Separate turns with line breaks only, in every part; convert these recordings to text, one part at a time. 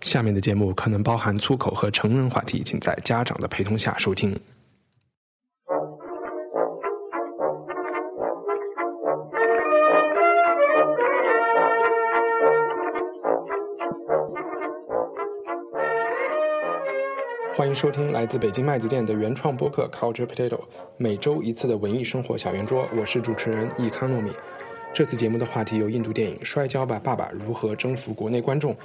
下面的节目可能包含粗口和成人话题，请在家长的陪同下收听。欢迎收听来自北京麦子店的原创播客 Culture Potato，每周一次的文艺生活小圆桌，我是主持人易康糯米。这次节目的话题由印度电影《摔跤吧，爸爸》如何征服国内观众，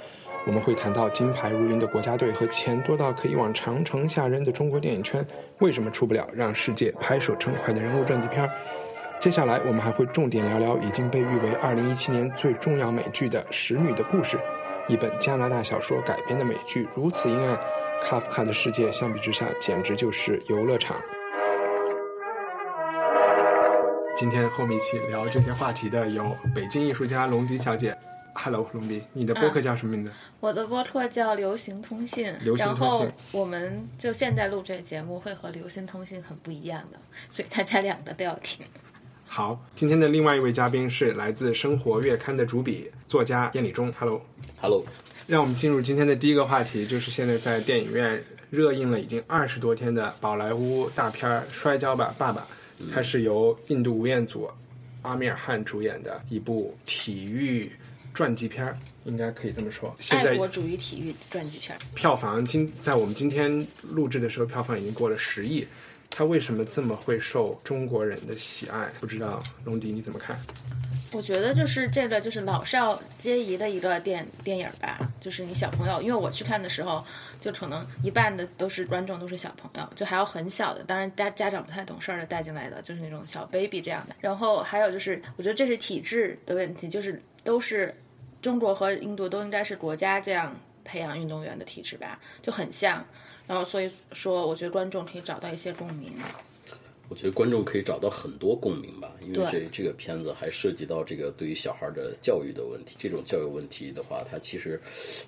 我们会谈到金牌如云的国家队和钱多到可以往长城下扔的中国电影圈为什么出不了让世界拍手称快的人物传记片儿。接下来，我们还会重点聊聊已经被誉为2017年最重要美剧的《使女的故事》，一本加拿大小说改编的美剧，如此阴暗，卡夫卡的世界相比之下简直就是游乐场。今天和我们一起聊这些话题的有北京艺术家龙迪小姐。Hello，龙迪，你的播客叫什么名字？
我的播客叫《流行通信》，
流行
然
通信
后我们就现在录这个节目会和《流行通信》很不一样的，所以大家两个都要听。
好，今天的另外一位嘉宾是来自《生活月刊》的主笔作家燕礼忠。Hello，
Hello，
让我们进入今天的第一个话题，就是现在在电影院热映了已经二十多天的宝莱坞大片儿《摔跤吧，爸爸》，它是由印度吴彦祖、阿米尔汗主演的一部体育传记片儿，应该可以这么说。现在
爱国主义体育传记片儿，
票房今在我们今天录制的时候，票房已经过了十亿。它为什么这么会受中国人的喜爱？不知道龙迪你怎么看？
我觉得就是这个就是老少皆宜的一个电电影吧，就是你小朋友，因为我去看的时候，就可能一半的都是观众都是小朋友，就还有很小的，当然家家长不太懂事儿的带进来的，就是那种小 baby 这样的。然后还有就是，我觉得这是体制的问题，就是都是中国和印度都应该是国家这样培养运动员的体制吧，就很像。然后所以说，我觉得观众可以找到一些共鸣。
我觉得观众可以找到很多共鸣吧，因为这
对
这个片子还涉及到这个对于小孩的教育的问题。这种教育问题的话，它其实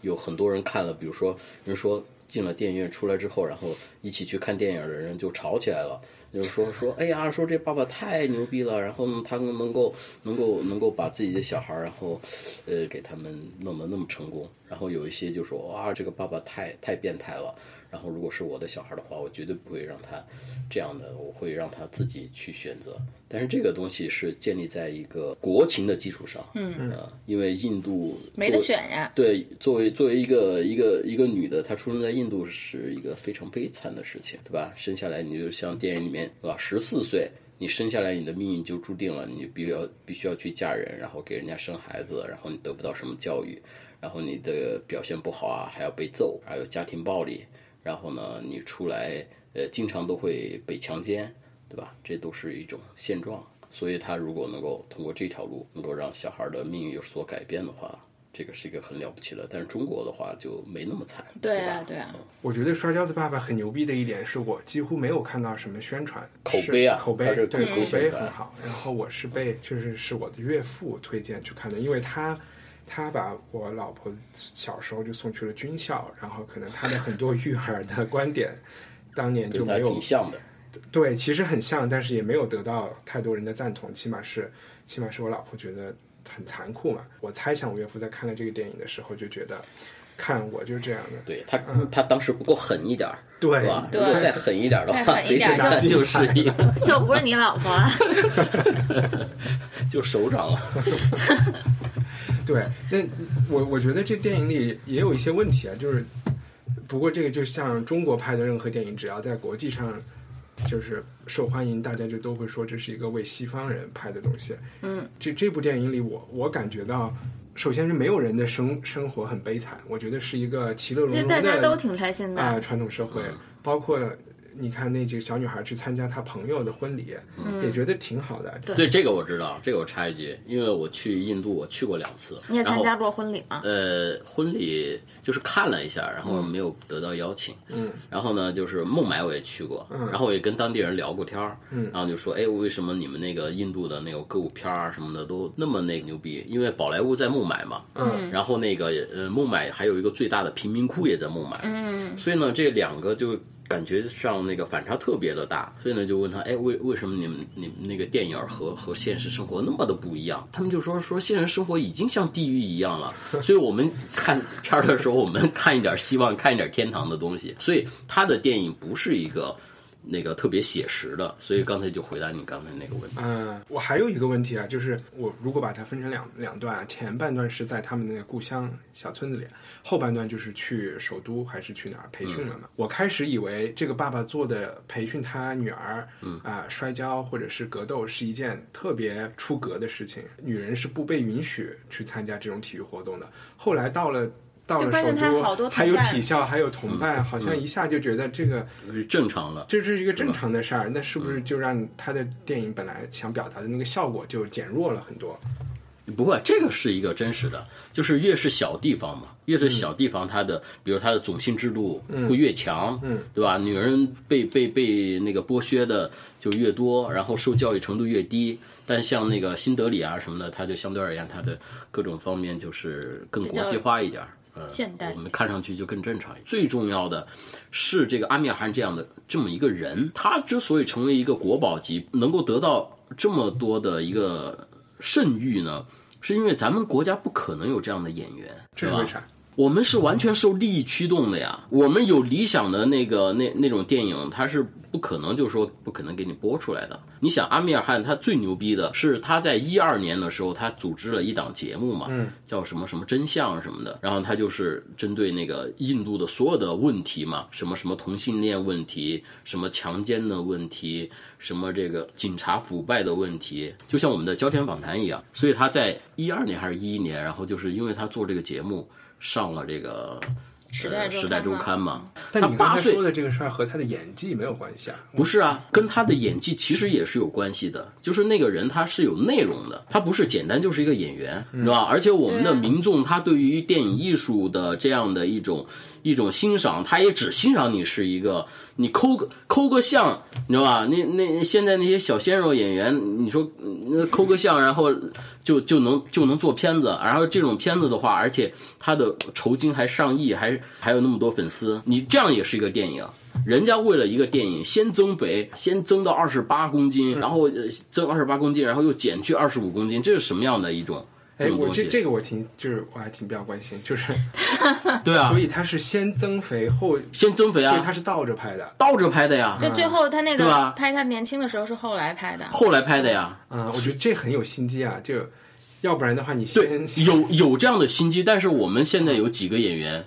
有很多人看了，比如说人说进了电影院出来之后，然后一起去看电影的人就吵起来了。就是说说，哎呀，说这爸爸太牛逼了，然后呢，他能够能够能够把自己的小孩儿，然后，呃，给他们弄得那么成功。然后有一些就说，哇，这个爸爸太太变态了。然后如果是我的小孩儿的话，我绝对不会让他这样的，我会让他自己去选择。但是这个东西是建立在一个国情的基础上，嗯、呃，因为印度
没
作
得
为
选呀，
对，作为作为一个一个一个女的，她出生在印度是一个非常悲惨的事情，对吧？生下来你就像电影里面，对吧？十四岁，你生下来你的命运就注定了，你必须要必须要去嫁人，然后给人家生孩子，然后你得不到什么教育，然后你的表现不好啊，还要被揍，还有家庭暴力，然后呢，你出来呃，经常都会被强奸，对吧？这都是一种现状。所以，他如果能够通过这条路，能够让小孩的命运有所改变的话，这个是一个很了不起的。但是中国的话就没那么惨，
对
吧？
啊，对啊。
我觉得《摔跤的爸爸》很牛逼的一点是我几乎没有看到什么宣传，
口
是
碑啊
口碑
它是
对
口
口
碑
碑
宣传
很好。然后我是被就是是我的岳父推荐去看的，因为他他把我老婆小时候就送去了军校，然后可能他的很多育儿的观点，当年就
跟他
没有
挺像的。
对，其实很像，但是也没有得到太多人的赞同，起码是，起码是我老婆觉得很残酷嘛。我猜想我岳父在看了这个电影的时候就觉得，看我就是这样的，
对他，他当时不够狠一点儿，
嗯对
是吧？
对
如果再狠一点儿的话
再，狠一
谁
点
知
儿
道
就
就是一个
就不是你老婆啊，
就手 掌了。
对，那我我觉得这电影里也有一些问题啊，就是不过这个就像中国拍的任何电影，只要在国际上就是受欢迎，大家就都会说这是一个为西方人拍的东西。嗯，这这部电影里我我感觉到。首先是没有人的生生活很悲惨，我觉得是一个其乐融
其实
融
大
的
家都挺开心的。嗯
啊、传统社会，包括你看那几个小女孩去参加她朋友的婚礼，也觉得挺好的。
嗯对
对这个我知道，这个我插一句，因为我去印度，我去过两次，
你也
然
参
后
加过婚礼吗？
呃，婚礼就是看了一下，然后没有得到邀请。嗯，然后呢，就是孟买我也去过，然后我也跟当地人聊过天儿，嗯，然后就说，哎，为什么你们那个印度的那个歌舞片儿啊什么的都那么那个牛逼？因为宝莱坞在孟买嘛，嗯，然后那个呃，孟买还有一个最大的贫民窟也在孟买，嗯，所以呢，这两个就。感觉上那个反差特别的大，所以呢就问他，哎，为为什么你们你们那个电影儿和和现实生活那么的不一样？他们就说说现实生活已经像地狱一样了，所以我们看片儿的时候，我们看一点希望，看一点天堂的东西。所以他的电影不是一个那个特别写实的，所以刚才就回答你刚才那个问题。
嗯，我还有一个问题啊，就是我如果把它分成两两段啊，前半段是在他们的故乡小村子里，后半段就是去首都还是去哪儿培训
嗯
了嘛。我开始以为这个爸爸做的培训他女儿，嗯啊、摔跤或者是格斗是一件特别出格的事情，女人是不被允许去参加这种体育活动的。后来到了。到了
就发
首
现他好
都，
多
还有
同伴嗯
体校，还有同伴，好像一下就觉得这个
就是正常了，
这是一个正常的事儿，那是不
嗯
是就让他的电影本来想表达的那个效果就减弱了很多？
不会，这个是一个真实的，就是越是小地方嘛，越是小地方，它的、比如它的种姓制度会越强，嗯，对吧？女人被被被那个剥削的就越多，然后受教育程度越低。但像那个新德里啊什么的，它就相对而言，它的各种方面就是更国际化一点儿。呃，
现代一点
我们看上去就更正常一点。最重要的是，这个阿米尔汗这样的这么一个人，他之所以成为一个国宝级，能够得到这么多的一个盛誉呢，是因为咱们国家不可能有这样的演员，
这
对
是
吧
为？啥？
我们是完全受利益驱动的呀，我们有理想的那个那那种电影，它是不可能就说不可能给你播出来的。你想，阿米尔汗他最牛逼的是他在一二年的时候，他组织了一档节目嘛，叫什么什么真相什么的，然后他就是针对那个印度的所有的问题嘛，什么什么同性恋问题，什么强奸的问题，什么这个警察腐败的问题，就像我们的焦点访谈一样。所以他在一二年还是一一年，然后就是因为他做这个节目。上了这个
时
呃
代周
时代周
吗
刊嘛。他
但你刚
八
才
岁
说的这个事儿和他的演技没有关系啊。
不是啊，跟他的演技其实也是有关系的。就是那个人他是有内容的，他不是简单就是一个演员，是
嗯
吧？而且我们
啊
的民众他对于电影艺术的这样的一种一种欣赏，他也只欣赏你是一个你抠个抠个像，你知道吧？那那现在那些小鲜肉演员，你说嗯抠个像，然后就就能就能做片子，然后这种片子的话，而且他的酬金还上亿，还还有那么多粉丝，你这样也是一个电影。人家为了一个电影，先增肥，先增到二十八公斤，然后呃增二十八公斤，然后又减去二十五公斤，这是什么样的一种一
哎，
种
我
东
这
西？
这个我挺就是我还挺比较关心，就是
对啊
所，以他是先增肥后，
先增肥
所以他
啊，
是倒着拍的。
倒着拍的呀，
就最后他那
嗯对吧
个拍他年轻的时候是后来拍的，
后来拍的呀。
啊、我觉得这很有心机啊，就要不然的话你
对
先，
有有这样的心机，但是我们现在有几个演员，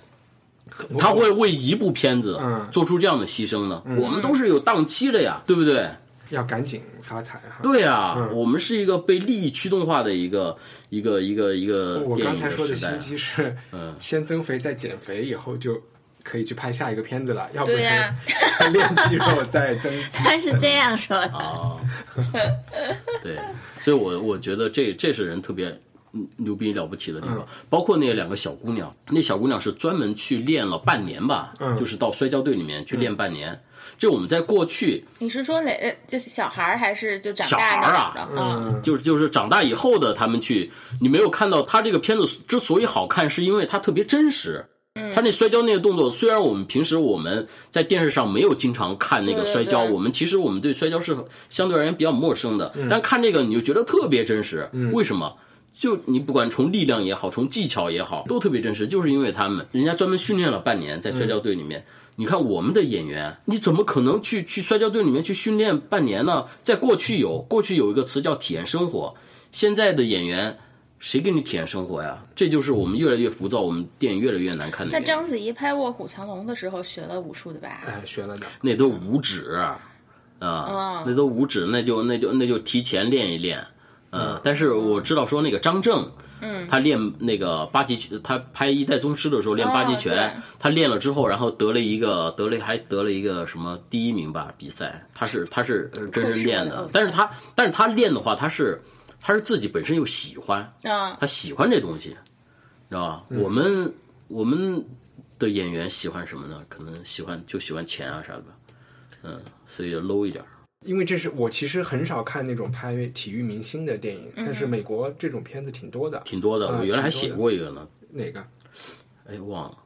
我
他会为一部片子
嗯
做出这样的牺牲呢？我们都是有档期的呀，对不对？
要赶紧发财哈。
对啊，
嗯
我们是一个被利益驱动化的一个一个一个一个
我
呃电
刚
影
才说的
时
心
代啊。
机是， 先增肥再减肥，以后就可以去拍下一个片子了，要不
对
然
呀
练肌肉再增肌。
他是这样说的。
哦，对，所以我我觉得这这是人特别嗯牛逼了不起的地
嗯
方，包括那两个小姑娘，那小姑娘是专门去练了半年吧，
嗯
就是到摔跤队里面去练半年。这我们在过去
你是说哪？就是小孩儿还是就长
小
大
孩儿
那
啊
种的？，嗯，
就是就是长大以后的他们去，你没有看到他这个片子之所以好看，是因为它特别真实。
嗯
他那摔跤那个动作，虽然我们平时我们在电视上没有经常看那个
对对
摔跤，
对嗯
我们其实我们对摔跤是相对而言比较陌生的，但看这个你就觉得特别真实。为什么？就你不管从力量也好，从技巧也好，都特别真实，就是因为他们人家专门训练了半年在摔跤队里
嗯
面。你看我们的演员，你怎么可能去去摔跤队里面去训练半年呢？在过去有过去有一个词叫体验生活，现在的演员谁给你体验生活呀？这就是我们越来越浮躁，我们电影越来越难看的
那
原因。
章子怡拍《卧虎藏龙》的时候学了武术的吧？
哎，学了的。
那都五指啊，
哦
那都
嗯
五指，那就那就那就提前练一练。呃，但是我知道说那个张震，嗯，他练那个八极拳，他拍《一代宗师》的时候练八极拳，
哦
他练了之后，然后得了一个得了还得了一个什么第一名吧比赛，他是他是呃真人练
哦是
的
吗，
但是他但是他练的话，他是他是自己本身又喜欢，
啊，
他喜欢这东西，知道吧？我们我们的演员喜欢什么呢？可能喜欢就喜欢钱啊啥的吧，嗯，所以要 low 一点儿。
因为这是我其实很少看那种拍体育明星的电影，
嗯
但是美国这种片子挺多的。
挺多的。
啊
我原来还
挺多
写
的
过一个呢，
哪个？
哎，忘了，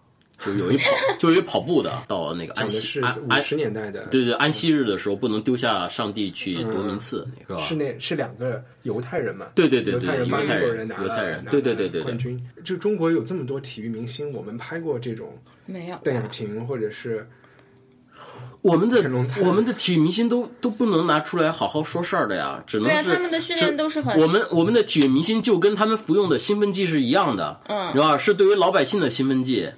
就是有一跑，就是有一跑步的，到那个
讲
安
的
息
是
安
五
安，
十年代的，
对对，安息日的时候不能丢下上帝去夺名次，是
嗯
吧？
是那是两个犹太人嘛？
对对对
犹
对
太人
犹
把
太
英国
人
拿
犹太
了
人
拿
对
了
对对对对
冠军。就中国有这么多体育明星，我们拍过这种
没有吧
邓亚
啊
萍或者是
我们的
成龙菜
我们的体育明星都都不能拿出来好好说事儿 的呀，只能
对啊
是
他们的训练
只
都是很
我们我们的体育明星就跟他们服用的兴奋剂是一样的，嗯，是吧？是对于老百姓的兴奋剂。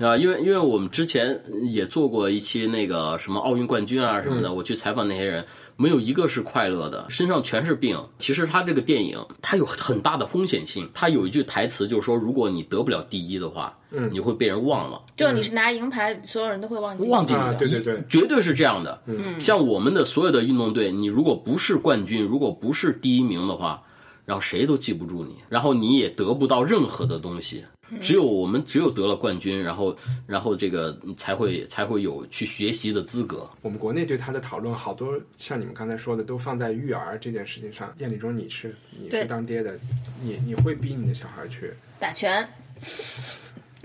啊，因为因为我们之前也做过一期那个什么奥运冠军啊什么
嗯
的，我去采访那些人，没有一个是快乐的，身上全是病。其实他这个电影，它有很大的风险性。他有一句台词就是说，如果你得不了第一的话，嗯，你会被人忘了。
就你是拿银牌，所有人都会忘记
忘记你
啊
的，
对对对
绝对是这样的。像我们的所有的运动队，你如果不是冠军，如果不是第一名的话，然后谁都记不住你，然后你也得不到任何的东西。只有我们只有得了冠军，然后然后这个才会才会有去学习的资格。
我们国内对他的讨论，好多像你们刚才说的，都放在育儿这件事情上。燕礼中，你是你是
对
当爹的，你你会逼你的小孩去
打拳，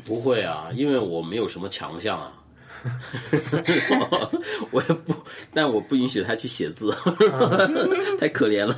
不会啊，因为我没有什么强项啊。 我也不，但我不允许他去写字，太可怜了。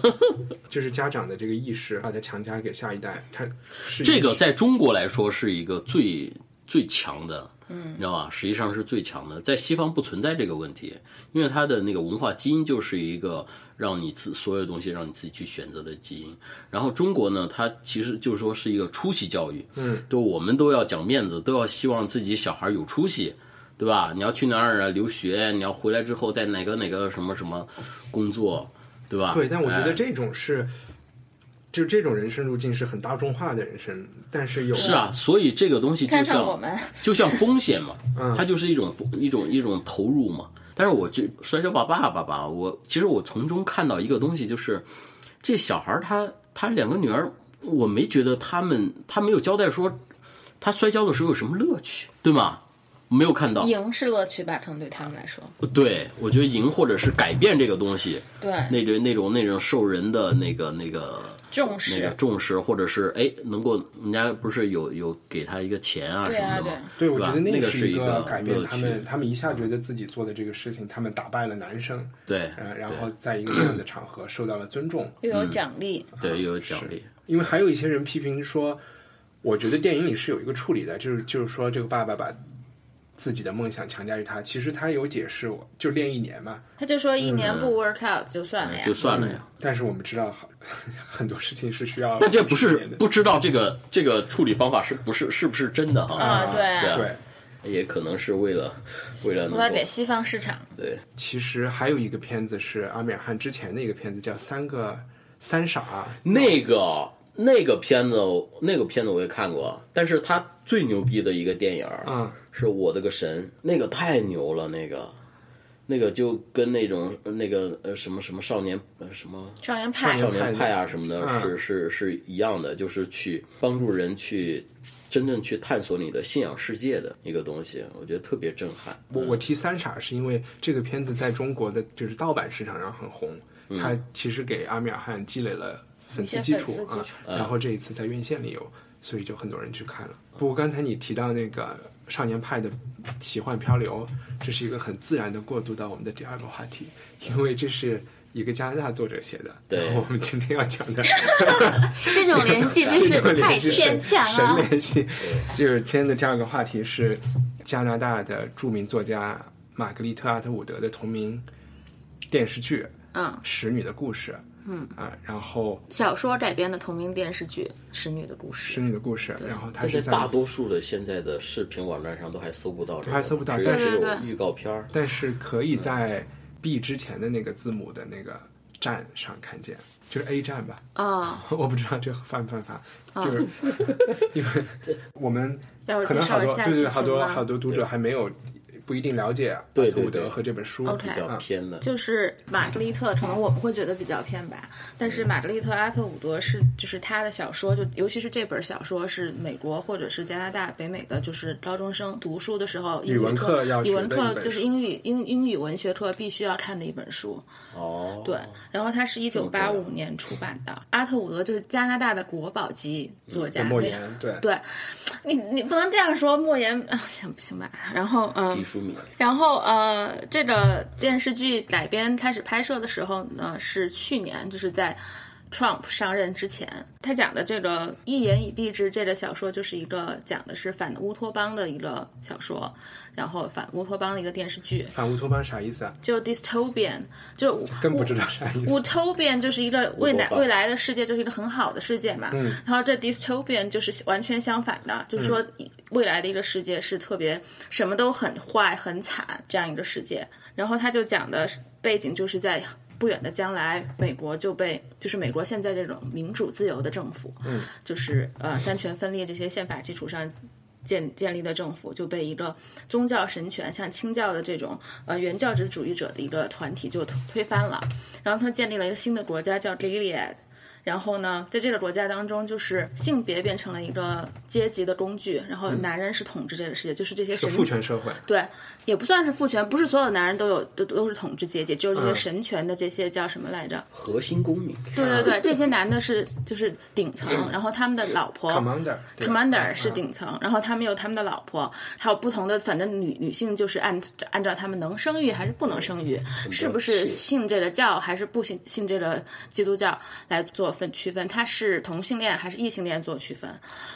就是家长的这个意识，把它强加给下一代，他是
这个
一
在中国来说是一个最最强的，嗯，你知道吧？实际上是最强的，在西方不存在这个问题，因为它的那个文化基因就是一个让你自所有东西让你自己去选择的基因。然后中国呢，它其实就是说是一个出息教育，嗯，就我们都要讲面子，都要希望自己小孩有出息。对吧？你要去哪儿啊？留学，你要回来之后在哪个哪个什么什么工作，对吧？
对，但我觉
哎
得这种是，就这种人生路径是很大众化的人生，但是有
是，啊，所以这个东西就
看上
像
我们
就像风险嘛，它就是一种一种一种投入嘛。但是我就摔跤吧爸爸吧，我其实我从中看到一个东西，就是这小孩儿他他两个女儿，我没觉得他们他没有交代说他摔跤的时候有什么乐趣，对吗？没有看到，
赢是乐趣吧？可能对他们来说，
对我觉得赢或者是改变这个东西，
对
那种那种那种受人的那个那个
重
那个
视，
重视，或者是哎，能够人家不是有有给他一个钱啊
对
什么
啊
的吗？
对我
吧
觉得
那
个
是
一
个
改
乐
变
趣。
他们，他们一下觉得自己做的这个事情，他们打败了男生，
对
呃，然后在一个这样的场合受到了尊重，
又有奖励，
嗯对又有奖励，
因为还有一些人批评说，我觉得电影里是有一个处理的，就是就是说这个爸爸把自己的梦想强加于他，其实他有解释，我就练一年嘛，
他就说一年不 work out 就算哎了呀
嗯
嗯
就，算了呀。
但是我们知道很 很多事情是需要，
但这不是
的，
不知道这个这个处理方法是不是是不是真的哈？
啊，对，
对
对。
也可能是为了为了能
我要给
够
西方市场，
对
其实还有一个片子是阿米尔汗之前的一个片子，叫《三个三傻》。啊
那个那个片子那个片子我也看过，但是他最牛逼的一个电影儿
嗯
是我的个神，那个太牛了，那个那个就跟那种那个呃什么什么少年呃什么
少年派
少
派
年
的
派啊什么的，
嗯
是是是一样的，就是去帮助人去真正去探索你的信仰世界的一个东西，我觉得特别震撼。
我我提《三傻》是因为这个片子在中国的就是盗版市场上很红，它其实给阿米尔汗积累了粉丝基础
一些粉丝
啊
基础。
然后这一次在院线里有，所以就很多人去看了。不过刚才你提到那个少年派的《奇幻漂流》，这是一个很自然的过渡到我们的第二个话题，因为这是。一个加拿大作者写的，
对
然后我们今天要讲的
这种联系真是太牵强啊了。
神联系，就是今天的第二个话题是加拿大的著名作家玛格丽特·阿特伍德的同名电视剧《
嗯，
使女的故事》。嗯啊，然后
小说改编的同名电视剧《使女的故
《
事
使》，女的故事》，然后它
但
是
是
在
大多数的现在的视频网站上都还搜不到这个，
还搜不到
只
但
只
是
有
对对对
预告片儿。
但是可以在 B 之前的那个字母的那个站上看见，就是 A 站吧，
啊，
我不知道这犯不犯法， 就是因为我们
要我
可能
介绍
好多
一下
对对
剧情
好多
吗
好多读者还没有不一定了解巴
对
特伍
对
德
对
和这本书
OK
比较偏
嗯
的，
就是玛格丽特，可能我们会觉得比较偏白，但是玛格丽特·阿特伍德是就是她的小说，就尤其是这本小说是美国或者是加拿大北美的，就是高中生读书的时候，英
语文课要
语文
学的一
课
本
就是
书
英语英英语文学课必须要看的一本书。
哦，
对，然后它是一九
这
八
么
五
重要
年出版的。阿特伍德就是加拿大的国宝级作家，
的莫
对
言，对
对，你你不能这样说莫言啊，行行吧。然后嗯，
毕淑敏，
然后呃，这个电视剧改编开始拍摄的时候呢，是去年，就是在 Trump 上任之前，他讲的这个《一言以蔽之》这个小说，就是一个讲的是反乌托邦的一个小说，然后反乌托邦的一个电视剧，
反乌托邦啥意思啊？
就 dystopian，就
更不知
道。
道啥意思。
Utopian 就是一个未来
乌托邦
未来的世界，就是一个很好的世界嘛。嗯、然后这 dystopian 就是完全相反的，
嗯
就是说未来的一个世界是特别什么都很坏、很惨这样一个世界。然后他就讲的背景就是在不远的将来，美国就被就是美国现在这种民主自由的政府，嗯、就是呃三权分立这些宪法基础上建建立的政府就被一个宗教神权，像清教的这种呃原教旨主义者的一个团体就推推翻了，然后他建立了一个新的国家叫 Gilead。然后呢，在这个国家当中，就是性别变成了一个阶级的工具，然后男人是统治这个世界，就是这些
嗯是
神
父权社会，
对，也不算是父权，不是所有男人都有都都是统治阶级，只有这些
嗯
神权的这些叫什么来着？
核心公民，
对对
啊
对，这些男的是就是顶层，然后他们的老婆
Commander，对
commander
嗯
是
嗯
顶层，然后他们有他们的老婆，还有不同的，反正女女性就是按按照他们能生育还是不能生育，是不是
是
信这个教还是不信信这个基督教来做分区分，他是同性恋还是异性恋做区分，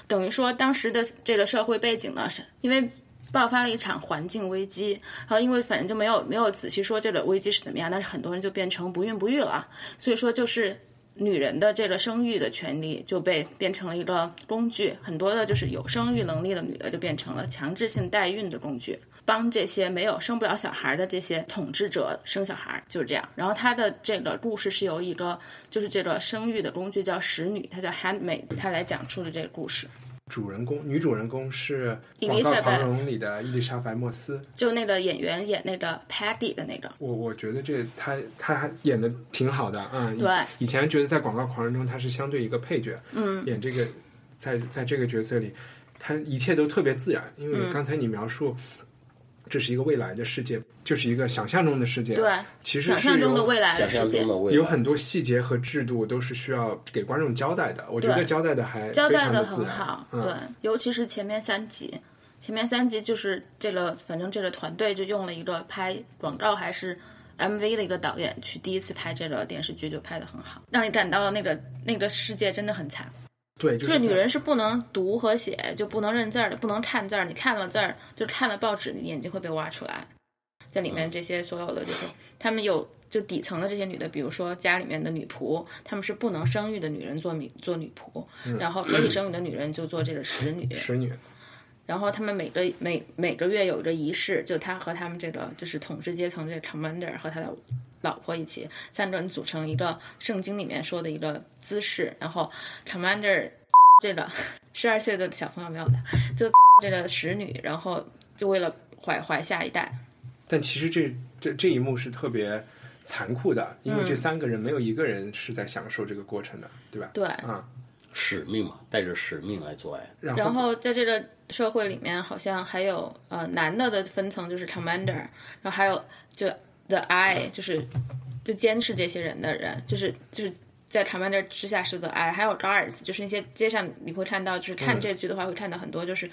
等于说当时的这个社会背景呢，是因为。爆发了一场环境危机，然后因为反正就没有没有仔细说这个危机是怎么样，但是很多人就变成不孕不育了，啊所以说就是女人的这个生育的权利就被变成了一个工具，很多的就是有生育能力的女的就变成了强制性代孕的工具，帮这些没有生不了小孩的这些统治者生小孩，就是这样。然后他的这个故事是由一个就是这个生育的工具叫使女，她叫 handmaid，她来讲述的这个故事。
主人公女主人公是《
伊
广
丽
告
莎白
狂龙》里的伊丽莎白·莫斯。
就那个演员演那个 Patty 的那个，
我我觉得这她她还演的挺好的，嗯，以
对
以前觉得在《广告狂人》中她是相对一个配角，嗯，演这个在在这个角色里，她一切都特别自然，因
嗯
为刚才你描述。这是一个未来的世界，就是一个想象中的世界。
对
其实
想
是
象中的
有
未来的
想
世
象
界
中。的未来
有很多细节和制度都是需要给观众交代的。我觉得
对
交代的还
交代
的
的很好，
嗯、
对，尤其是前面三集，前面三集就是这个，反正这个团队就用了一个拍广告还是 MV 的一个导演去第一次拍这个电视剧，就拍的很好，让你感到那个那个世界真的很惨，
对，就
就
是是
女
在
人是不能读和写，就不能认字儿的，不能看字儿，你看了字儿就看了报纸，你眼睛会被挖出来。在里面这些所有的这些，他们有就底层的这些女的，比如说家里面的女仆，她们是不能生育的女人做女做女仆，然后可以生育的女人就做这个使女，
使女，
然后她们每个每每个月有一个仪式，就她和他们这个就是统治阶层这个 commander 和他的老婆一起，三个人组成一个圣经里面说的一个姿势，然后 commander 这个 十二岁的小朋友没有的，就这个使女，然后就为了怀怀下一代，
但其实这这这一幕是特别残酷的，因为
嗯
这三个人没有一个人是在享受这个过程的，对吧？
对
啊，
使命嘛，带着使命来做爱，
然后
然后在这个社会里面，好像还有呃男的的分层就是 commander，然后还有就 the eye，就是就监视这些人的人，就是就是在 commander 之下是 the eye，还有 guards，就是那些街上你会看到，就是
嗯
看这剧的话会看到很多就是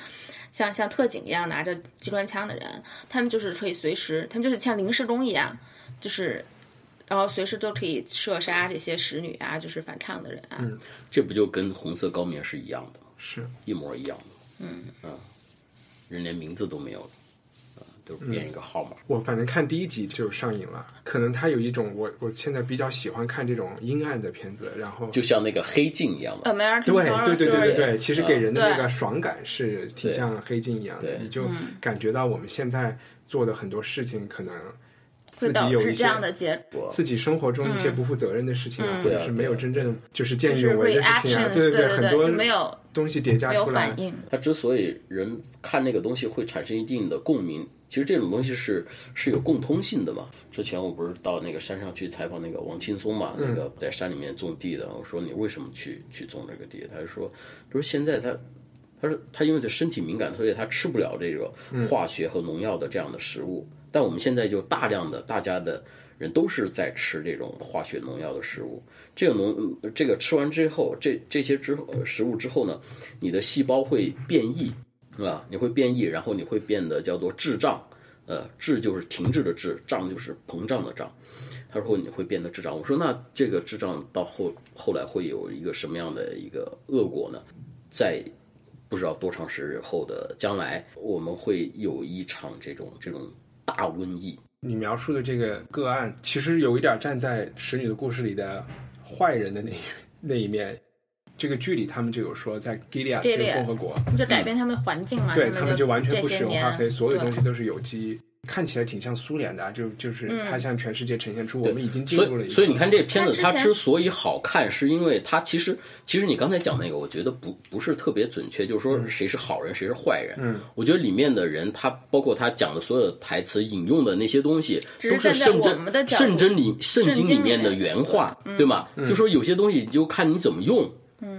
像像特警一样拿着机关枪的人，他们就是可以随时，他们就是像临时工一样，就是。然后随时都可以射杀这些使女啊，就是反抗的人啊。
嗯
这不就跟红色高棉是一样的吗？
是
一模一样的。嗯人连名字都没有，啊，都
嗯
是编一个号码。
我反正看第一集就上瘾了，可能他有一种我我现在比较喜欢看这种阴暗的片子，然后
就像那个黑镜一样嘛，
American
对
Horror
对对对对
Stories
对，其实给人的那
对嗯
个爽感是挺像黑镜一样的，
嗯对
你就感觉到我们现在做的很多事情可能
会
自己
导
有
致
一
这
些
样的结果。
自己生活中一些不负责任的事情啊，或
对
者
啊
是没有
对啊
真正就是见
嗯就
义
是
勇为的事情啊
reactions，，
对
对
很
对，
多
就没有
东西叠加
没有
出来
反，应。
它之所以人看那个东西会产生一定的共鸣，其实这种东西是是有共通性的嘛。之前我不是到那个山上去采访那个王劲松嘛，那个在山里面种地的，我说你为什么去去种这个地？他就说，他说现在他。他说他因为他身体敏感，所以他吃不了这个化学和农药的这样的食物。但我们现在就大量的，大家的人都是在吃这种化学农药的食物。这个农嗯这个吃完之后，这这些之后呃食物之后呢，你的细胞会变异，是吧？你会变异，然后你会变得叫做滞胀，呃，滞就是停滞的滞，胀就是膨胀的胀。他说你会变得智障。我说那这个智障到后后来会有一个什么样的一个恶果呢？在不知道多长时日后的将来，我们会有一场这种这种大瘟疫。
你描述的这个个案，其实有一点站在《使女的故事》里的坏人的那一那一面。这个剧里他们就有说，在 Gilead 这个
Gilead
共和国，
就改变他们的环境嘛，
嗯对
他
他们就完全
这
不
些
使用
年
化肥，所有东西
对
都是有机，看起来挺像苏联的，啊，就就是
嗯
它向全世界呈现出我
对
们已经进
所
入了一
以，
个，
所以你看这片子，
它
它
之前
之所以好看，是因为它其实其实你刚才讲那个，我觉得不不是特别准确，就是说
嗯
谁是好人，谁是坏人。嗯，我觉得里面的人，他包括他讲的所有的台词、引用的那些东西，
只是
都是
站在
圣
我们的
真
角度
圣真里圣
圣
经里
经里
面的
面嗯
原话，对吗？
嗯
就说有些东西你就看你怎么用。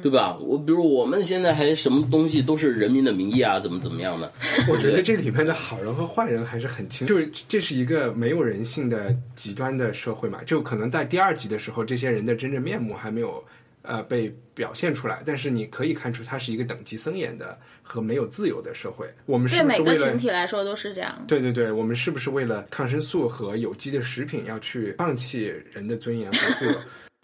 对吧？我比如我们现在还什么东西都是《人民的名义》啊，怎么怎么样的？
我觉得这里面的好人和坏人还是很清，就是这是一个没有人性的极端的社会嘛，就可能在第二集的时候，这些人的真正面目还没有呃被表现出来，但是你可以看出它是一个等级森严的和没有自由的社会。我们是
对
不
每
是为
个
了
群体来说都是这样。
对对对，我们是不是为了抗生素和有机的食品要去放弃人的尊严和自由？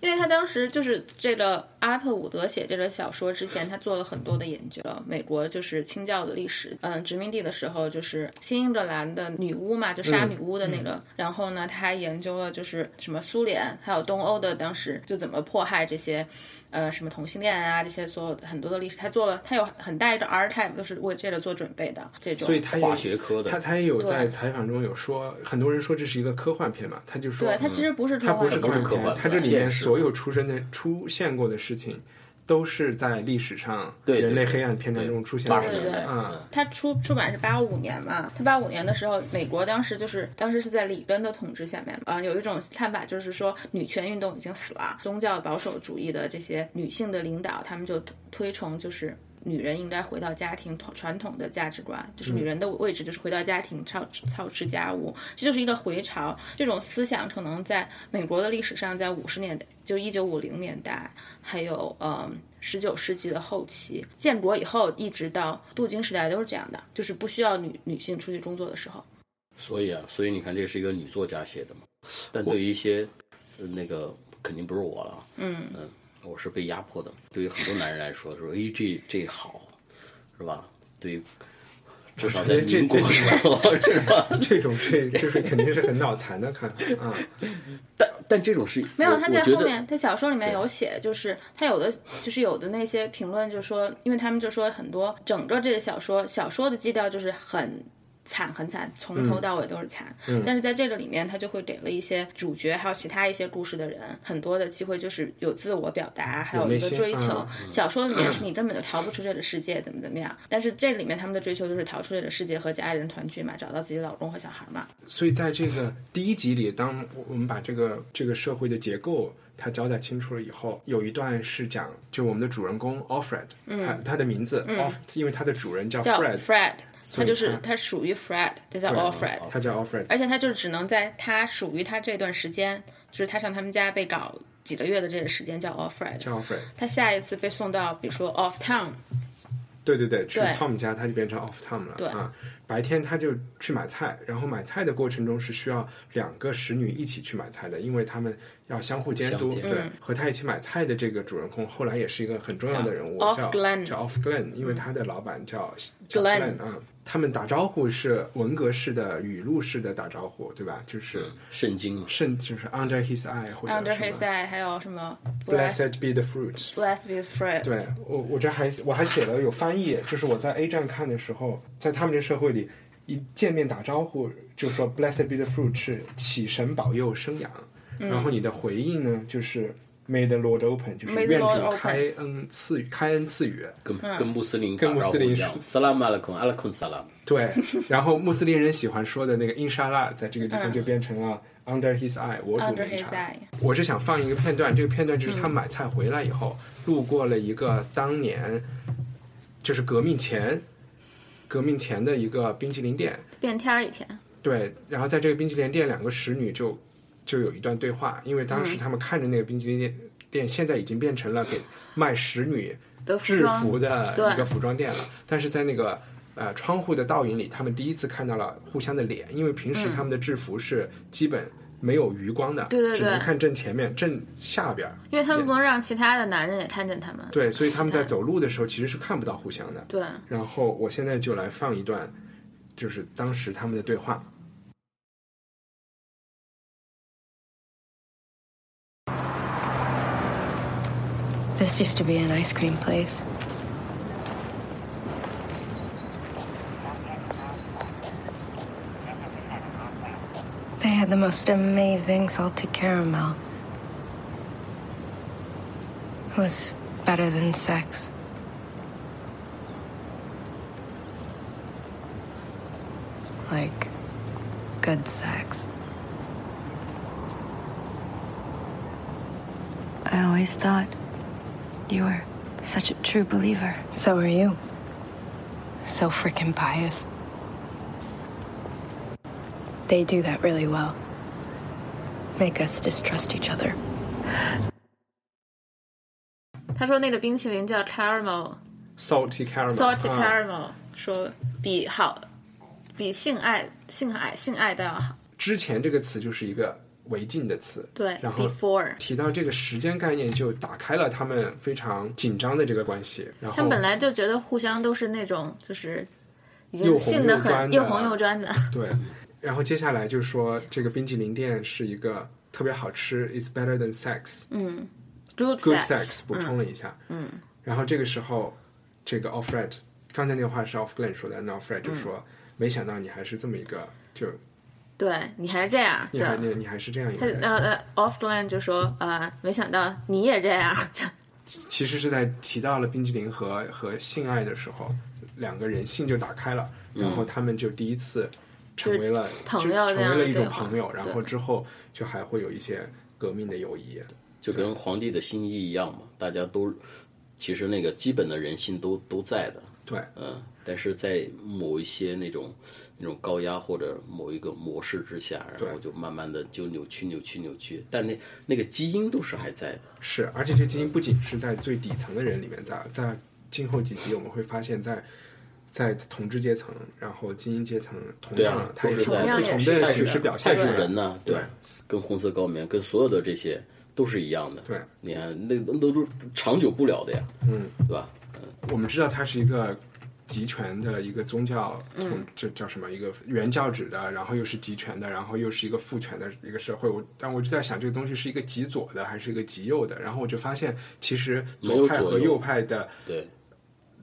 因为他当时就是这个阿特伍德写这个小说之前，他做了很多的研究。美国就是清教的历史，嗯，殖民地的时候就是新英格兰的女巫嘛，就
嗯
杀女巫的那个。然后呢，他还研究了就是什么苏联，还有东欧的当时就怎么迫害这些，呃，什么同性恋啊这些所有的很多的历史，他做了，他有很大一个 archive 都是为这个做准备的这种。
所以他也
化学科的
他他也有在
对
采访中有说，很多人说这是一个科幻片嘛，他就说
对他其实不是
它
科幻
不是
片
科幻
不是科
片
幻，
它这里面
现实
所有出生的出现过的事情，都是在历史上
对
人类
对
黑暗篇章中出现
八
过
十
对
年
对
代
的
对
啊。
他出出版是八五年嘛，他八五年的时候，美国当时就是当时是在里根的统治下面嘛，啊，有一种看法就是说女权运动已经死了，宗教保守主义的这些女性的领导，他们就推推崇就是。女人应该回到家庭传传统的价值观，就是女人的位置就是回到家庭操操持家务，这就是一个回潮。这种思想可能在美国的历史上，在五十年代，就一九五零年代，还有嗯十九世纪的后期，建国以后一直到镀金时代都是这样的，就是不需要女女性出去工作的时候。
所以啊，所以你看，这是一个女作家写的嘛。但对于一些呃那个肯定不是我了啊，嗯我是被压迫的。对于很多男人来说，说哎这这好，是吧？对于至少在
我觉得这
民国
这
时候 是吧？
这种这就是肯定是很脑残的看法 啊，
但但这种是
没有，
我
他
我
在
觉
后
得
面，他小说里面有写，就是他有的就是有的那些评论就说，因为他们就说很多整个这个小说小说的基调就是很。惨很惨，从头到尾都是惨。但是在这个里面，他就会给了一些主角还有其他一些故事的人很多的机会，就是有自我表达，还有
内
一个
心
追求
嗯。
小说里面是你根本就逃不出这个世界，怎么怎么样。但是这里面他们的追求就是逃出这个世界，和家人团聚嘛，找到自己的老公和小孩嘛。
所以在这个第一集里，当我们把这个这个社会的结构它交代清楚了以后，有一段是讲就我们的主人公 Alfred，、他他的名字、Alf，因为他的主人叫
嗯叫
Fred，
Fred，
所
他
以
就是
他哦
他属于 Fred，他叫
对
Alfred，
他叫 Alfred，
而且他就只能在他属于他这段时间，就是他上他们家被搞几个月的这个时间叫 Alfred。
叫 Alfred，
他下一次被送到，比如说 off town，
对对对，去
对
Tom 家，他就变成 off Tom 了。
对
啊，白天他就去买菜，然后买菜的过程中是需要两个使女一起去买菜的，因为他们要相互监督。
相监
对，
嗯
和他一起买菜的这个主人公后来也是一个很重要的人物，
Off
叫
Glenn
叫 Off Glenn，因为
嗯
他的老板叫叫
Glenn
Glenn 啊。他们打招呼是文革式的、语录式的打招呼，对吧？就是
圣经嘛，
甚就是 under his eye 或者
under
什
his
么
eye，还有什么 blessed
blessed be the fruit。
blessed be Fred，
对我，我这还我还写了有翻译，就是我在 A 站看的时候，在他们这社会里，一见面打招呼就说 “Blessed be the fruit” 是祈神保佑生养，
嗯
然后你的回应呢就是 “May the Lord open”，就是
May the
愿
Lord
主
open
开恩赐予，开恩赐予。
跟跟穆斯林
嗯跟穆斯林说
萨拉马拉孔阿拉孔萨拉，
对，然后穆斯林人喜欢说的那个 “Inshallah”，在这个地方就变成了 “Under His Eye”，我主
嗯 Under
明
his
察
eye。嗯
我是想放一个片段，这个片段就是他买菜回来以后，路过了一个当年就是革命前革命前的一个冰淇淋店，
变天儿以前，
对，然后在这个冰淇淋店，两个使女就就有一段对话，因为当
嗯
时他们看着那个冰淇淋店，店现在已经变成了给卖使女
的服
制
装
服的
对
一个服装店了，但是在那个。呃，窗户的倒影里，他们第一次看到了互相的脸，因为平时他们的制服是基本没有余光的，
嗯对对
只能
对
看正前面、正下边儿。
因为他们不能让其他的男人也看见他们。
对，所以他们在走路的时候其实是看不到互相的。
对，
然后我现在就来放一段，就是当时他们的对话。
This used to be an ice cream place. They had the most amazing salted caramel. It was better than sex. Like, good sex.
I always thought you were such a true believer.
So are you. So freaking pious. They do that really well. Make us distrust each other.
他说那个冰淇淋叫 caramel
啊 Salty caramel，
salted
啊
caramel，说比好，比性爱性爱性爱都要好。
之前这个词就是一个违禁的词，
对
然后
，before
提到这个时间概念，就打开了他们非常紧张的这个关系。然后
他们本来就觉得互相都是那种就是已
又红
经性的
又专
很
的
又红又专的，
对，然后接下来就说这个冰淇淋店是一个特别好吃，is better than sex，
good
good
嗯 sex，
sex 补充了一下，嗯，然后这个时候，这个 Offred，刚才那个话是 Off Glen 说的，那 Offred 就说，
嗯
没想到你还是这么一个，就
对你还这样，
你还
就
你你还是这样一
他
个人，
呃呃 offline 就说呃，没想到你也这样，就
其实是在提到了冰激凌和和性爱的时候，两个人性就打开了，然
嗯
后他们就第一次成为了
朋
就
友
成
这
为
样的
了一种
对话
朋友，然后
对
之后就还会有一些革命的友谊。
就跟皇帝的心意一样嘛，大家都其实那个基本的人性都都在的，
对，
嗯，但是在某一些那种那种高压或者某一个模式之下，然后
对
就慢慢的就扭曲、扭曲、扭曲，但那那个基因都是还在的。
是，而且这基因不仅是在最底层的人里面在，在今后几集我们会发现在，在统治阶层，然后精英阶层，同
对
样、
啊，
它也
都是
是
在
有不
同
同
样也
的
是在
形式表现
太
出
是
来
人呐、
对，
跟红色高棉，跟所有的这些都是一样的。
对
你看那那都是长久不了的呀，嗯，对吧？
我们知道它是一个集权的一个宗教，统，这叫什么？一个原教旨的，然后又是集权的，然后又是一个父权的一个社会。我但我就在想，这个东西是一个极左的还是一个极右的？然后我就发现，其实
没有
左派
左
和
右
右派的
对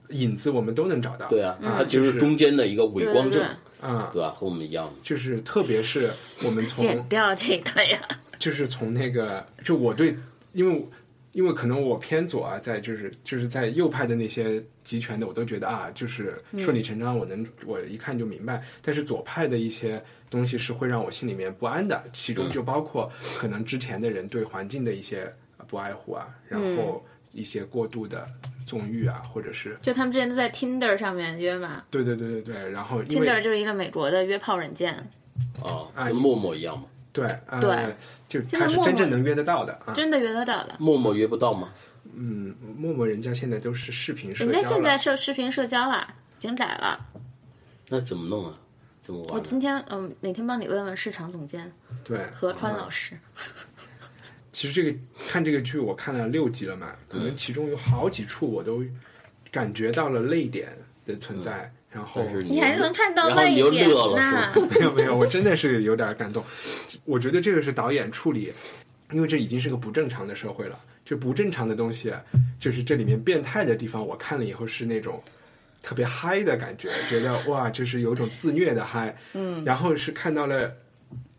影子我们都能找到。
对啊，它
啊就
就是是中间的一个伪光正
对对，
啊，对吧？和我们一样的。
就是特别是我们从
剪 掉这个呀，
就是从那个，就我对，因为因为可能我偏左啊，在就是就是在右派的那些集权的，我都觉得啊，就是
嗯
顺理成章，我能我一看就明白。但是左派的一些东西是会让我心里面不安的，其
嗯
中就包括可能之前的人对环境的一些不爱护啊，然
嗯
后一些过度的纵欲啊，或者是
就他们之前都在 Tinder 上面约嘛
对对对对对，然后因为
，Tinder 就是一个美国的约炮软件，
啊，跟陌陌一样嘛。
对啊，
对
就
在
他是
陌
真
陌
正能约得到的啊。
真的约得到的。
陌陌约不到吗？
陌陌人家现在都是视频社
人
交
家
了，
现在社视频社交啦，已经改了。
那怎么弄啊？怎么
我
玩啊？
今天嗯，哪天帮你问问市场总监
对
何川
嗯
老师，
其实这个看这个剧，我看了六集了嘛，可
嗯
能其中有好几处我都感觉到了泪点的存在，然后
嗯但是
你还是能看到
然后
那
你
一
又
点
乐
呐
了，是吧？
没有没有，我真的是有点感动。我觉得这个是导演处理，因为这已经是个不正常的社会了。这不正常的东西，就是这里面变态的地方，我看了以后是那种。特别嗨的感觉，觉得哇，就是有种自虐的嗨。嗯，然后是看到了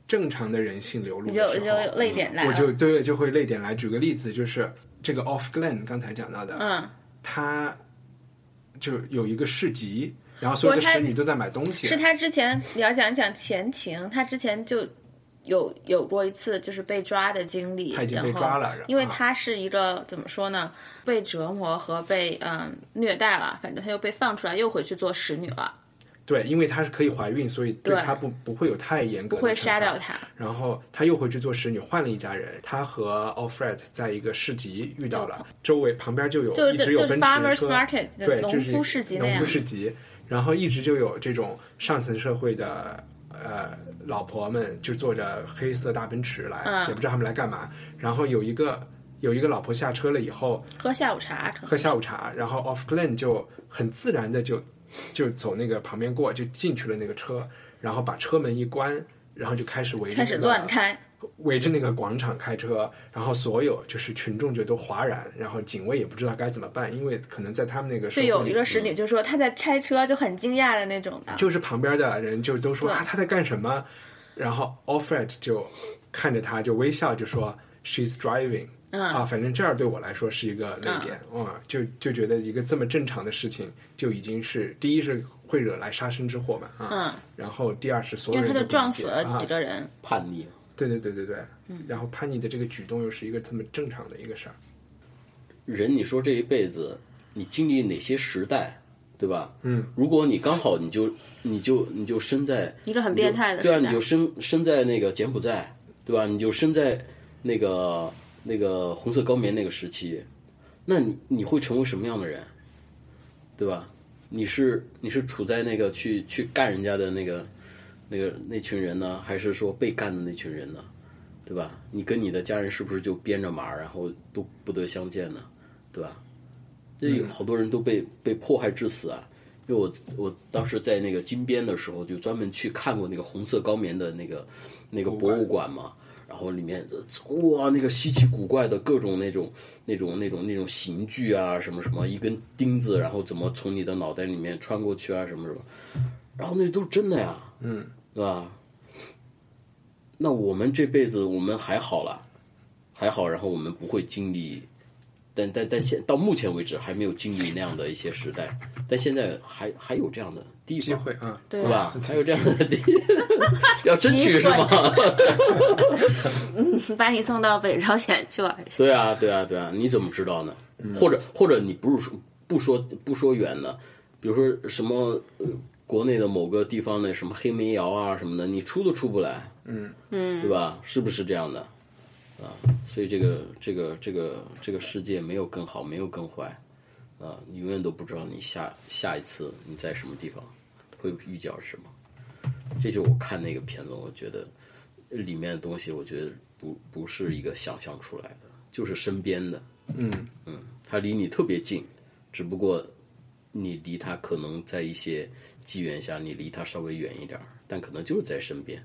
正常的人性流露
你
的
就
时
你
候，嗯
就泪点来
我
了，
就对就会泪点来。举个例子，就是这个 Off Glen 刚才讲到的，
嗯，
他就有一个市集，然后所有的
不是他
使女都在买东西，
是他之前你要讲一讲前情，他之前就有有过一次就是被抓的经历，
他已经
然
被
后
抓了然后
因为他是一个怎么说呢，被折磨和被嗯虐待了，反正他又被放出来，又回去做使女了，
对，因为她是可以怀孕，所以对
对
她不不会有太严格的
不会
惩罚
杀掉他，
然后她又回去做使女，换了一家人。她和 Alfred 在一个市集遇到了，周围旁边就有
就是
一直
就
有
是
奔驰
farmers
车
market，
对，
农
就是
夫市集那
农夫
样
市集，然后一直就有这种上层社会的呃老婆们就坐着黑色大奔驰来，
嗯
也不知道他们来干嘛。然后有一个有一个老婆下车了以后，
喝下午茶，可能
喝下午茶，然后 Off Glen 就很自然的就就走那个旁边过，就进去了那个车，然后把车门一关，然后就开始围着、
开始乱，开，
围着那个广场开车，然后所有就是群众就都哗然，然后警卫也不知道该怎么办，因为可能在他们那个社
就
会
有
里
一个使女就说她在开车，就很惊讶的那种的，
就是旁边的人就都说啊他在干什么，然后 Alfred 就看着他就微笑就说 She's driving。啊，
嗯
反正这样对我来说是一个泪点，哇，就就觉得一个这么正常的事情就已经是第一是会惹来杀身之祸嘛，啊，然后第二是所有
嗯因为
人
他
都
就
不理
撞
解
死了
啊
几个人，
叛逆。
对对对对对，嗯，然后叛逆的这个举动又是一个这么正常的一个事儿，
人，你说这一辈子你经历哪些时代，对吧？嗯，如果你刚好你就你就你就身在
一个很变态的
对啊，
时代
你就身身在那个柬埔寨，对吧？你就身在那个那个红色高棉那个时期，那你你会成为什么样的人，对吧？你是你是处在那个去去干人家的那个那个那群人呢，还是说被干的那群人呢？对吧？你跟你的家人是不是就编着码，然后都不得相见呢？对吧？这有好多人都被被迫害致死啊！因为我我当时在那个金边的时候，就专门去看过那个红色高棉的那个那个博物馆嘛。然后里面呃哇，那个稀奇古怪的各种那种那种那种那种刑具啊，什么什么，一根钉子，然后怎么从你的脑袋里面穿过去啊，什么什么，然后那都是真的呀，嗯，对吧？那我们这辈子我们还好了，还好，然后我们不会经历但但但现到目前为止还没有经历那样的一些时代，但现在还还有这样的地
机
方，
会啊，
对
对吧？还有这样的地，要争取 是吗？
把你送到北朝鲜去玩去。
对啊，对啊，对啊，你怎么知道呢？或者或者你不是说不说不说远的，比如说什么、呃国内的某个地方的什么黑煤窑啊什么的，你出都出不来，嗯嗯，对吧？是不是这样的？啊，所以这个这个这个这个世界没有更好，没有更坏，啊，你永远都不知道你下下一次你在什么地方会遇见什么。这就是我看那个片子，我觉得里面的东西，我觉得不不是一个想象出来的，就是身边的。嗯嗯，它离你特别近，只不过你离它可能在一些机缘下，你离它稍微远一点儿，但可能就是在身边。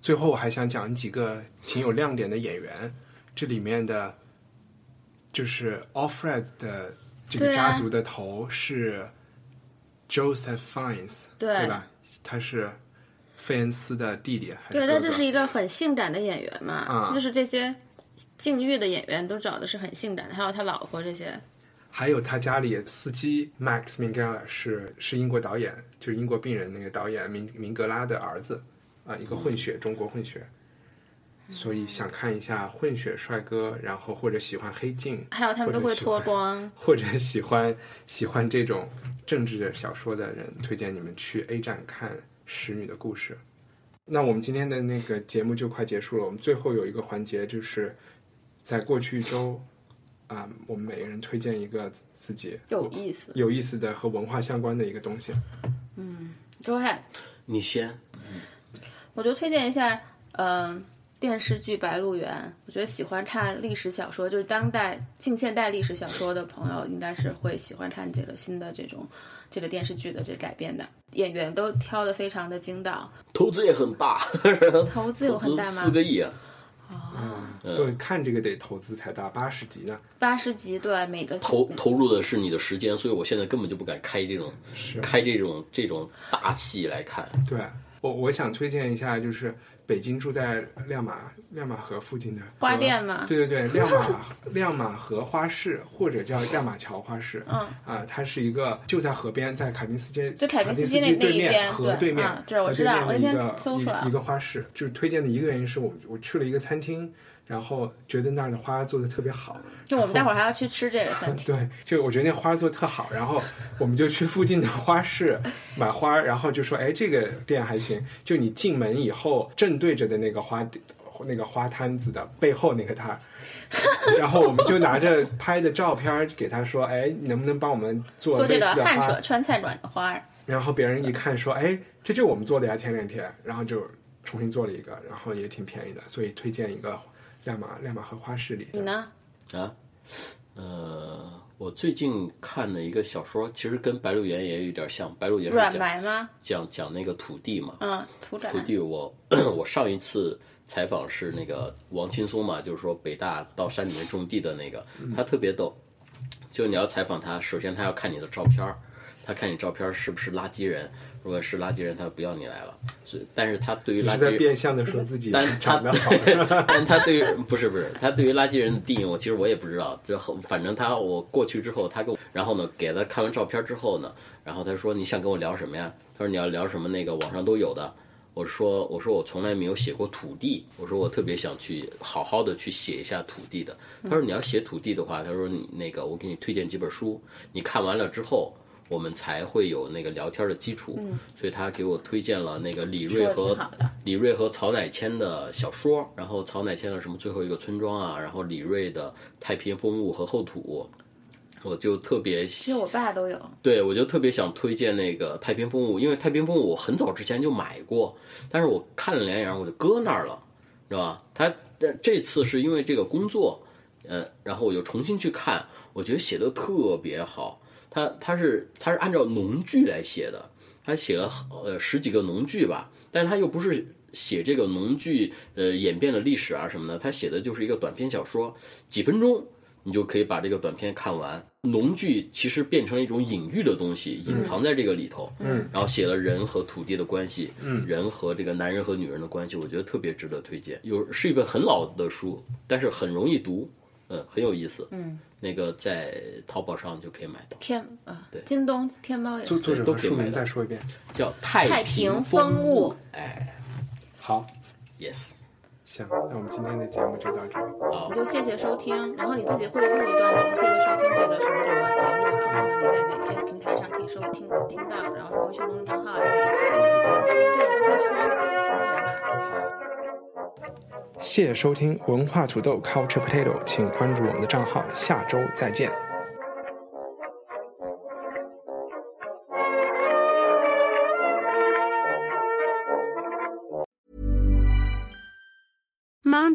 最后我还想讲几个挺有亮点的演员，这里面的，就是 Alfred 的这个
对
家
啊
族的头是 Joseph Fiennes，对
对
吧？他是费恩斯的弟弟，还
对，
哥
他
哥
就是一个很性感的演员嘛，
啊
就是这些禁欲的演员都找的是很性感的，还有他老婆这些，
还有他家里司机 Max Minghella 是是英国导演，就是英国病人那个导演明明格拉的儿子，啊、一个混血，中国混血。所以想看一下混血帅哥，然后或者喜欢黑镜，
还有他们都会脱光。
或者喜欢喜欢这种政治小说的人，推荐你们去 A 站看《使女的故事》。那我们今天的那个节目就快结束了，我们最后有一个环节，就是在过去一周啊、我们每个人推荐一个自己
有意思
有意思的和文化相关的一个东西。
Go ahead，
你先，
我就推荐一下，嗯、电视剧《白鹿原》，我觉得喜欢看历史小说，就是当代近现代历史小说的朋友，应该是会喜欢看这个新的这种这个电视剧的这改编的，演员都挑的非常的精到，
投资也很大，
投资有
投
很
资
大吗？
四个亿啊！
对，看这个得投资才大，八十集呢，
八十集，对，每个
投投入的是你的时间，所以我现在根本就不敢开这种开这种这种大戏来看。
对我我想推荐一下，就是北京住在亮马亮马河附近的，
花店嘛，
对对对，亮 马亮马河花市或者叫亮马桥花市，嗯啊、它是一个就在河边，在凯宾斯基
就
凯
凯宾
宾
斯
斯
基那那
对
一边
面河
对
对面
啊，这我
河
知
对
道
面
我
的
那
一
天
个
搜出来了
一一个花市，就是推荐的一个原因是我我去了一个餐厅，然后觉得那儿的花做的特别 好，
就我 们待会儿还要去吃这个餐厅，
对，就我觉得那花做得特好，然后我们就去附近的花市买花，然后就说，哎，这个店还行。就你进门以后，正对着的那个花那个花摊子的背后那个 摊儿，然后我们就拿着拍的照片儿给他说，哎，你能不能帮我们做
做
类
这个
似的
汗
花
舍？川菜软的花儿，
然后别人一看说，哎，这就是我们做的呀，前两天，然后就重新做了一个，然后也挺便宜的，所以推荐一个亮马亮马荷花市里。
你呢？
啊，呃，我最近看的一个小说，其实跟《白鹿原》也有点像，《白鹿原》
软
是讲
埋吗？
讲讲那个土地嘛，
嗯，土展
土地我 我上一次采访是那个王青松嘛，就是说北大到山里面种地的那个，
嗯
他特别逗，就是你要采访他，首先他要看你的照片儿，他看你照片儿是不是垃圾人，如果是垃圾人，他不要你来了。所以，但是他对于
你
垃
是
圾
在
人
变相的说自己
但他
长得好，是吧？
但他对于不是不是，他对于垃圾人的定义，我其实我也不知道。最后，反正他我过去之后，他跟我，然后呢，给他看完照片之后呢，然后他说你想跟我聊什么呀？他说你要聊什么那个网上都有的。我说我说我从来没有写过土地，我说我特别想去好好的去写一下土地的。他说你要写土地的话，他说你那个我给你推荐几本书，你看完了之后。我们才会有那个聊天的基础，所以他给我推荐了那个李瑞
说
和
得挺好的
李锐和曹乃谦的小说，然后曹乃谦的什么《最后一个村庄》啊，然后李锐的《太平风物》和《后土》，我就特别
其实我爸都有，
对，我就特别想推荐那个《太平风物》，因为《太平风物》我很早之前就买过，但是我看了两眼，我就搁那儿了，是吧？他但这次是因为这个工作，呃，然后我就重新去看，我觉得写的特别好。他他是他是按照农具来写的，他写了呃十几个农具吧，但是他又不是写这个农具呃演变的历史啊什么的，他写的就是一个短篇小说，几分钟你就可以把这个短片看完。农具其实变成一种隐喻的东西，隐藏在这个里头。嗯，然后写了人和土地的关系，嗯，人和这个男人和女人的关系，我觉得特别值得推荐。有是一本很老的书，但是很容易读，嗯，很有意思。嗯，那个在淘宝上就可以买到，
天啊
对，
京东天猫也
作
是
作者
都
和
可以
书
买
名
到
再说一遍。
叫《太
平
风
风物》。
好，
Yes，
行，那我们今天的节目就到这儿。
好
你，就谢谢收听，然后你自己会录一段，就是谢谢收听这个什么什么节目，然后呢你在哪些平台上可以收听听到，然后微信公众账号也可以，对，就会说平台嘛。
谢谢收听文化土豆 Culture Potato，请关注我们的账号，下周再见。
Mom